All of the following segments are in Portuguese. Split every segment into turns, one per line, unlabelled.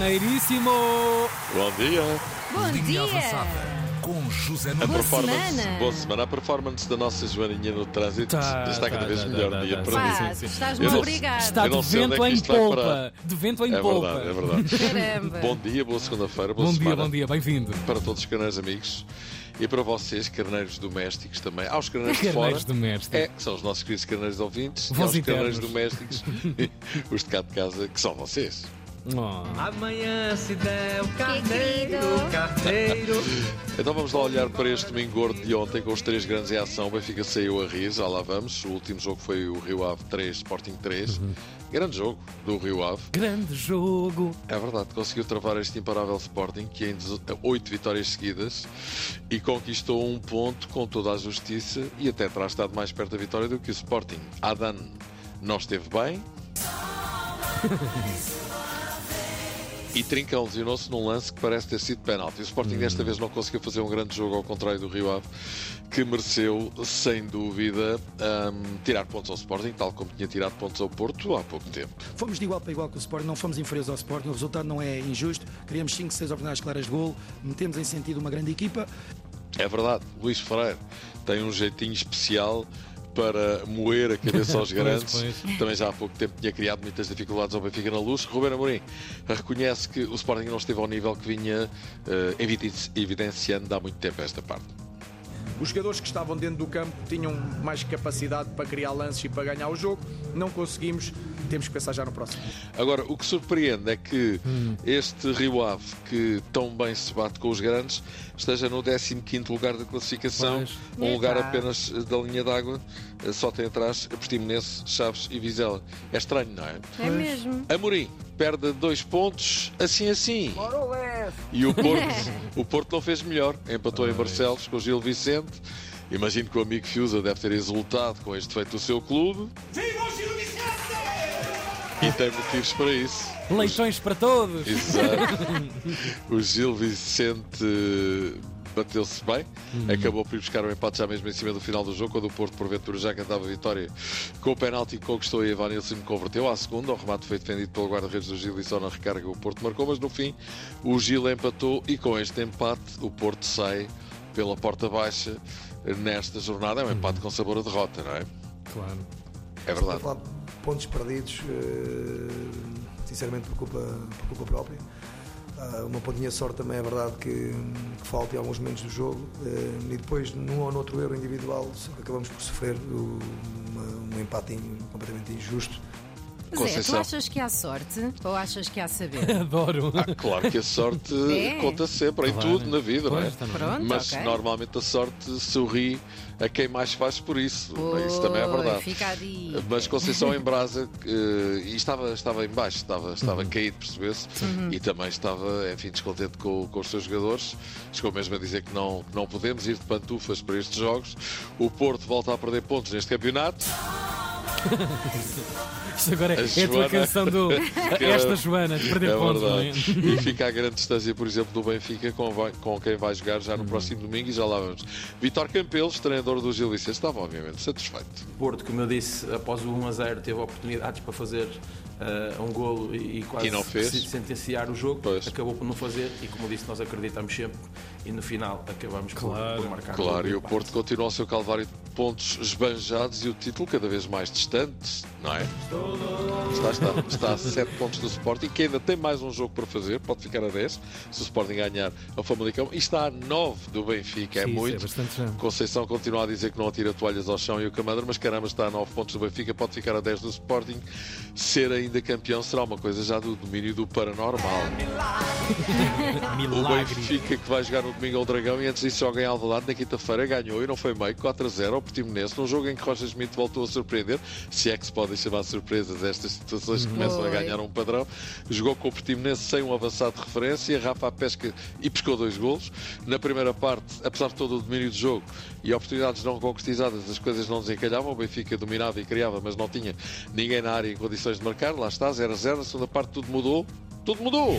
Carneiríssimo!
Bom dia.
Bom
Linha
dia!
Avançada com José
A
Nunes.
Boa
performance,
semana.
Boa semana. A performance da nossa Joaninha no trânsito
Tá,
está cada
tá,
vez
tá,
melhor
tá,
dia
tá,
para
sim,
mim.
sim.
Pá, estás
Eu
muito
não-
obrigado.
Está
Eu
de
não sei onde é
vento
que
em
isto vai
polpa!
parar.
De vento em
É
polpa!
verdade, é verdade.
Caramba!
Bom dia, boa segunda-feira, boa
Bom
semana
dia, bom dia, bem-vindo!
para todos os carneiros amigos e para vocês, carneiros domésticos também. Aos carneiros de fora.
Carneiros domésticos!
É, que são os nossos queridos carneiros ouvintes, e
Vós
aos carneiros
eternos.
domésticos, os de cá de casa, que são vocês.
Oh.
Amanhã se der o
querido.
carneiro, carneiro.
Então vamos lá olhar para este domingo gordo de ontem com os três grandes em ação. O Benfica saiu a rir, já lá vamos. O último jogo foi o Rio Ave 3, Sporting 3. Grande jogo do Rio Ave.
Grande jogo!
É verdade, conseguiu travar este imparável Sporting que em 8 vitórias seguidas e conquistou um ponto com toda a justiça e até terá estado mais perto da vitória do que o Sporting. Adan não esteve bem. E Trincão lesionou-se num lance que parece ter sido penalti. O Sporting desta vez não conseguiu fazer um grande jogo, ao contrário do Rio Ave, que mereceu, sem dúvida, hum, tirar pontos ao Sporting, tal como tinha tirado pontos ao Porto há pouco tempo.
Fomos de igual para igual com o Sporting, não fomos inferiores ao Sporting, o resultado não é injusto. Criamos 5, 6 oportunidades claras de gol, metemos em sentido uma grande equipa.
É verdade, Luís Freire tem um jeitinho especial para moer a cabeça aos grandes.
Pois,
Também já há pouco tempo tinha criado muitas dificuldades ao Benfica na luz. Ruben Amorim reconhece que o Sporting não esteve ao nível que vinha eh, eviden- evidenciando há muito tempo a esta parte.
Os jogadores que estavam dentro do campo tinham mais capacidade para criar lances e para ganhar o jogo. Não conseguimos, temos que pensar já no próximo.
Agora, o que surpreende é que este Rio Ave, que tão bem se bate com os grandes, esteja no 15º lugar da classificação,
Pois.
um lugar
Epá.
apenas eh, da linha d'água, eh, só tem atrás Portimonense, Chaves e Vizela. É estranho, não é?
É mesmo?
Amorim perde dois pontos, assim assim. E o Porto, o Porto não fez melhor. Empatou em Barcelos com o Gil Vicente. Imagino que o amigo Fiusa deve ter exultado com este feito do seu clube. E tem motivos para isso.
Leitões para todos!
Exato. o Gil Vicente eh, bateu-se bem, acabou por ir buscar o empate já mesmo em cima do final do jogo, quando o Porto porventura já cantava a vitória com o penalti que conquistou e Evanilson converteu à segunda, o remate foi defendido pelo guarda-redes do Gil e só na recarga o Porto marcou, mas no fim o Gil empatou e com este empate o Porto sai pela porta baixa nesta jornada, é um empate com sabor a derrota, não é?
Claro.
É
Estou a
verdade.
falar de pontos perdidos, eh, sinceramente por culpa, por culpa própria. Ah, Uma pontinha de sorte também é verdade que, que falta em alguns momentos do jogo. eh, E depois, num ou noutro erro individual, acabamos por sofrer o- uma- um empate in- completamente injusto.
Zé, tu
Conceição.
achas que há sorte ou achas que há saber?
Adoro!
Ah, claro que a sorte
É.
conta sempre, em
Claro.
tudo na vida, não é?
Pois, também.
Pronto,
Mas
ok.
normalmente a sorte sorri a quem mais faz por isso. isso também é
Pois,
verdade.
Fica a dica.
Mas Conceição em brasa eh, e estava, estava em baixo, estava,
Uhum.
estava caído, percebeu-se,
Uhum.
e também estava, enfim, descontente com, com os seus jogadores. Chegou mesmo a dizer que não, que não podemos ir de pantufas para estes jogos. O Porto volta a perder pontos neste campeonato.
Isto agora é
A
é a tua
Joana-
canção do. Esta Joana, de perder
é
pontos, não é?
verdade. E fica a grande distância, por exemplo, do Benfica com, vai- com quem vai jogar já
Uhum.
no próximo domingo e já lá vamos. Vitor Campelos, treinador do Gil Vicente, estava obviamente satisfeito.
O Porto, como eu disse, após o 1 a 0 teve oportunidades para fazer eh, um golo e, e quase
E não fez.
se- sentenciar o jogo.
Pois.
Acabou por não fazer e, como eu disse, nós acreditamos sempre e no final acabamos por-
Claro.
por, marcar.
Claro, e o
empate.
Porto continua o seu calvário de pontos esbanjados e o título cada vez mais distante, não é? Está, está, está a 7 pontos do Sporting, que ainda tem mais um jogo para fazer, pode ficar a 10, se o Sporting ganhar ao Famalicão, e está a 9 do Benfica, é
Sim, isso
muito.
É bastante já.
Conceição continua a dizer que não atira toalhas ao chão e o Camandro, mas caramba, está a 9 pontos do Benfica, pode ficar a 10 do Sporting. Ser ainda campeão será uma coisa já do domínio do paranormal. O Benfica que vai jogar no domingo ao Dragão e antes disso joga em Alvalade na quinta-feira ganhou e não foi meio 4 a 0 ao Portimonense num jogo em que Rocha Schmidt voltou a surpreender se é que se podem chamar surpresas estas situações que começam a
Foi.
ganhar um padrão jogou com o Portimonense sem um avançado de referência Rafa à pesca e pescou dois golos na primeira parte apesar de todo o domínio do jogo e oportunidades não concretizadas as coisas não desencalhavam o Benfica dominava e criava mas não tinha ninguém na área em condições de marcar lá está 0 a 0 na segunda parte tudo mudou tudo mudou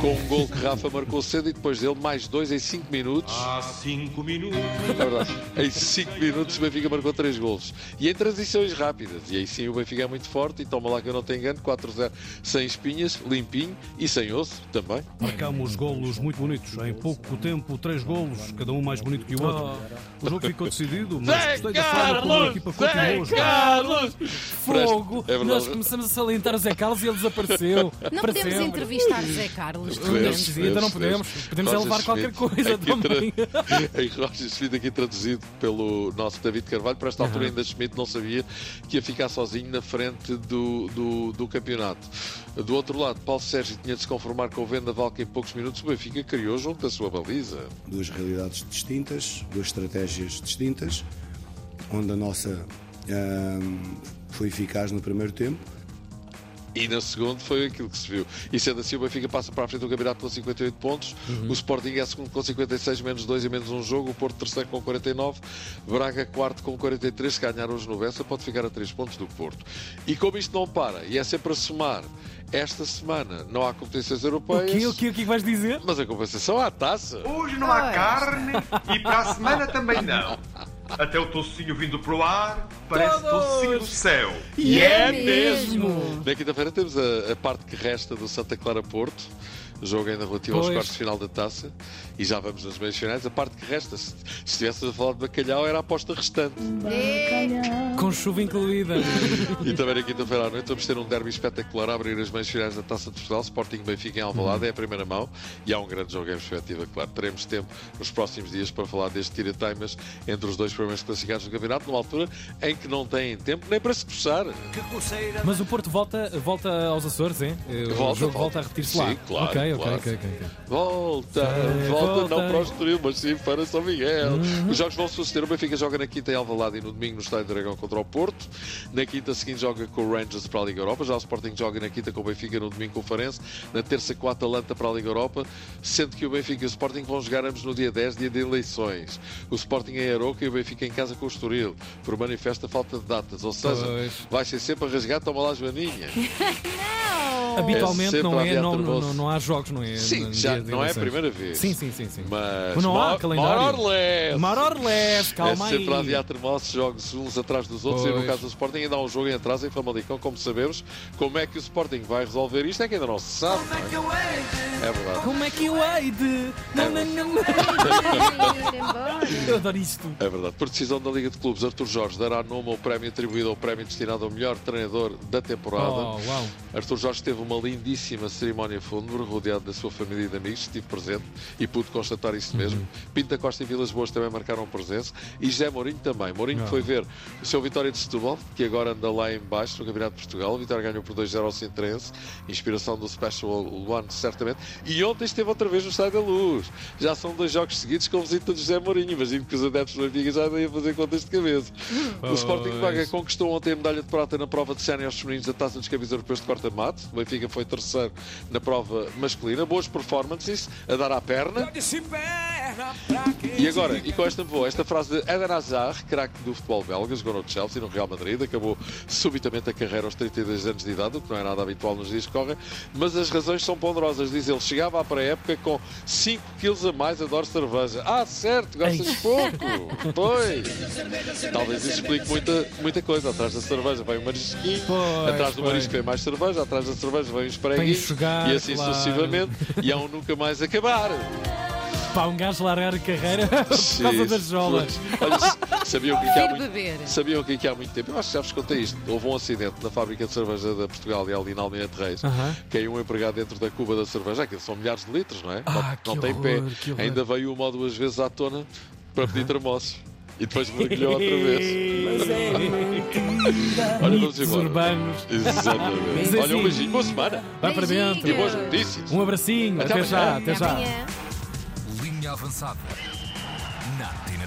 com um gol que Rafa marcou cedo e depois dele mais dois em 5 minutos.
Há cinco minutos.
É verdade. Em 5 minutos o Benfica marcou 3 golos. E em transições rápidas. E aí sim o Benfica é muito forte e toma lá que eu não tenho engano, 4-0 sem espinhas, limpinho e sem osso também.
Marcámos golos muito bonitos. Em pouco tempo, três golos, cada um mais bonito que o outro.
Oh.
O jogo ficou decidido, mas gostei da forma como a equipa continuou a jogar.
Carlos! Fogo!
É verdade.
Nós começamos a salientar o Zé Carlos e ele desapareceu.
Não
para
podemos
sempre.
entrevistar Zé
é,
Carlos, não
Podemos,
podemos.
Sim, então não
podemos,
podemos.
podemos.
Podemos
Roger
elevar qualquer
Schmidt,
coisa
aqui
também.
em Roger Schmidt, aqui traduzido pelo nosso David Carvalho. Para esta altura, ainda Schmidt não sabia que ia ficar sozinho na frente do, do, do campeonato. Do outro lado, Paulo Sérgio tinha de se conformar com o Vendaval que em poucos minutos o Benfica criou junto da sua baliza.
duas realidades distintas, duas estratégias distintas, onde a nossa ahm, foi eficaz no primeiro tempo.
E na segunda foi aquilo que se viu. E sendo assim, o Benfica passa para a frente do campeonato com 58 pontos,
Uhum.
o Sporting é segundo com 56, menos 2 e menos um jogo, o Porto terceiro com 49, Braga quarto com 43. Se ganhar hoje no Bessa, pode ficar a 3 pontos do Porto. E como isto não para, e é sempre a somar, esta semana não há competições
O
europeias,
que, o que, o que vais dizer?
mas a compensação há a taça.
Hoje
não há carne
e para a semana também não. Até o tocinho vindo para o ar parece tocinho do céu.
E é mesmo!
Na quinta-feira temos a, a parte que resta do Santa Clara Porto, jogo ainda relativo aos
Pois.
quartos de final da taça, e já vamos nas meias finais. A parte que resta, se se estivéssemos a falar de bacalhau, era a aposta restante.
Com chuva incluída.
E também na quinta-feira à noite vamos ter um derby espetacular a abrir as meias finais da Taça de Portugal, Sporting Benfica em Alvalade, é a primeira mão e há um grande jogo em perspectiva, claro. Teremos tempo nos próximos dias para falar deste tira-teimas entre os dois primeiros classificados do campeonato, numa altura em que não têm tempo nem para se puxar.
Mas o Porto volta, volta aos Açores, hein? Eh, O
Volta,
jogo
volta.
volta a repetir-se lá.
Sim, claro,
Ok, ok,
claro.
ok, ok, ok.
Volta,
Sim,
volta,
volta. Uhum.
não para o Estoril, mas sim para São Miguel. Os jogos vão suceder. O Benfica joga na quinta em Alvalade e no domingo no Estádio do Dragão contra o Porto. Na quinta seguinte joga com o Rangers para a Liga Europa. Já o Sporting joga na quinta com o Benfica no domingo com o Farense. Na terça com o Atalanta para a Liga Europa. Sendo que o Benfica e o Sporting vão jogar ambos no dia 10, dia de eleições. O Sporting em Aroca e o Benfica em casa com o Estoril. Por manifesta falta de datas. Ou seja,
Pois.
vai ser sempre a rasgar, toma lá Joaninha. É
Habitualmente
sempre
não, é,
adiante
não,
o
não,
bolso.
não, não há jogos, não é?
Sim,
No
já
dia de
não é a
eleições.
primeira vez.
Sim, sim, sim. sim.
Mas
Mas não há
Mor-
calendário.
Mororles.
Marorles, calma
é
aí.
sempre a aviar termossos jogos uns atrás dos outros e no
Pois.
caso do Sporting ainda há um jogo em atraso em Famalicão, como sabemos. Como é que o Sporting vai resolver isto é que ainda não se sabe. não é? É verdade.
Como é que eu hei de. Não, não, não. Eu adoro isto.
É verdade. Por decisão da Liga de Clubes, Artur Jorge dará nome ao prémio atribuído ao prémio destinado ao melhor treinador da temporada.
Oh, uau.
Artur Jorge teve uma lindíssima cerimónia fúnebre, rodeado da sua família e de amigos, estive presente e pude constatar isso mesmo. Pinto da Costa e Vilas Boas também marcaram presença e José Mourinho também. Mourinho foi ver o seu Vitória de Setúbal, que agora anda lá em baixo no Campeonato de Portugal. O Vitória ganhou por 2-0 ao Centrense, inspiração do Special One, certamente. E ontem esteve outra vez no Estádio da Luz. Já são dois jogos seguidos com visita de José Mourinho. Imagino que os adeptos do Benfica já devem fazer contas de cabeça. O Sporting Braga conquistou ontem a medalha de prata na prova de séniores femininos da Taça dos Campeões Europeus de corta-mato. O Benfica foi terceiro na prova masculina. Boas performances a dar à perna. E agora, e com esta boa, esta frase de Eden Hazard, craque do futebol belga, jogou no Chelsea, no Real Madrid, acabou subitamente a carreira aos 32 anos de idade, o que não é nada habitual nos dias que correm, mas as razões são ponderosas, diz ele. Chegava à pré-época com 5 quilos a mais, adoro cerveja. Ah, certo, gostas pouco. Pois. Talvez isso explique muita, muita coisa. Atrás da cerveja vem um marisquinho,
Pois,
atrás do
pois.
marisco vem mais cerveja, atrás da cerveja vem um espreguinho,
enxugar,
e assim
claro.
sucessivamente, e há um nunca mais acabar.
Pá, um gajo largar a carreira por causa
Sim,
das jolas.
Olha, s- sabiam que, há
Prefiro beber.
muito, sabiam que há muito tempo, eu acho que já vos contei isto. Houve um acidente na fábrica de cerveja da Portugal e é ali na Almeida de Reis.
Aham.
Caiu um empregado dentro da cuba da cerveja, aquilo são milhares de litros, não é?
Ah,
não
que
não tem
horror, que
pé.
horror.
Ainda veio uma ou duas vezes à tona para pedir termossos. E depois mergulhou outra vez. Olha, vamos
é Mitos
embora.
urbanos. Mas
Exatamente. Olha, um
assim-
beijinho, boa semana
Vai para dentro.
e boas notícias.
Um abracinho.
Até
Até já,
amanhã.
até já.
amanhã.
Linha avançada. Na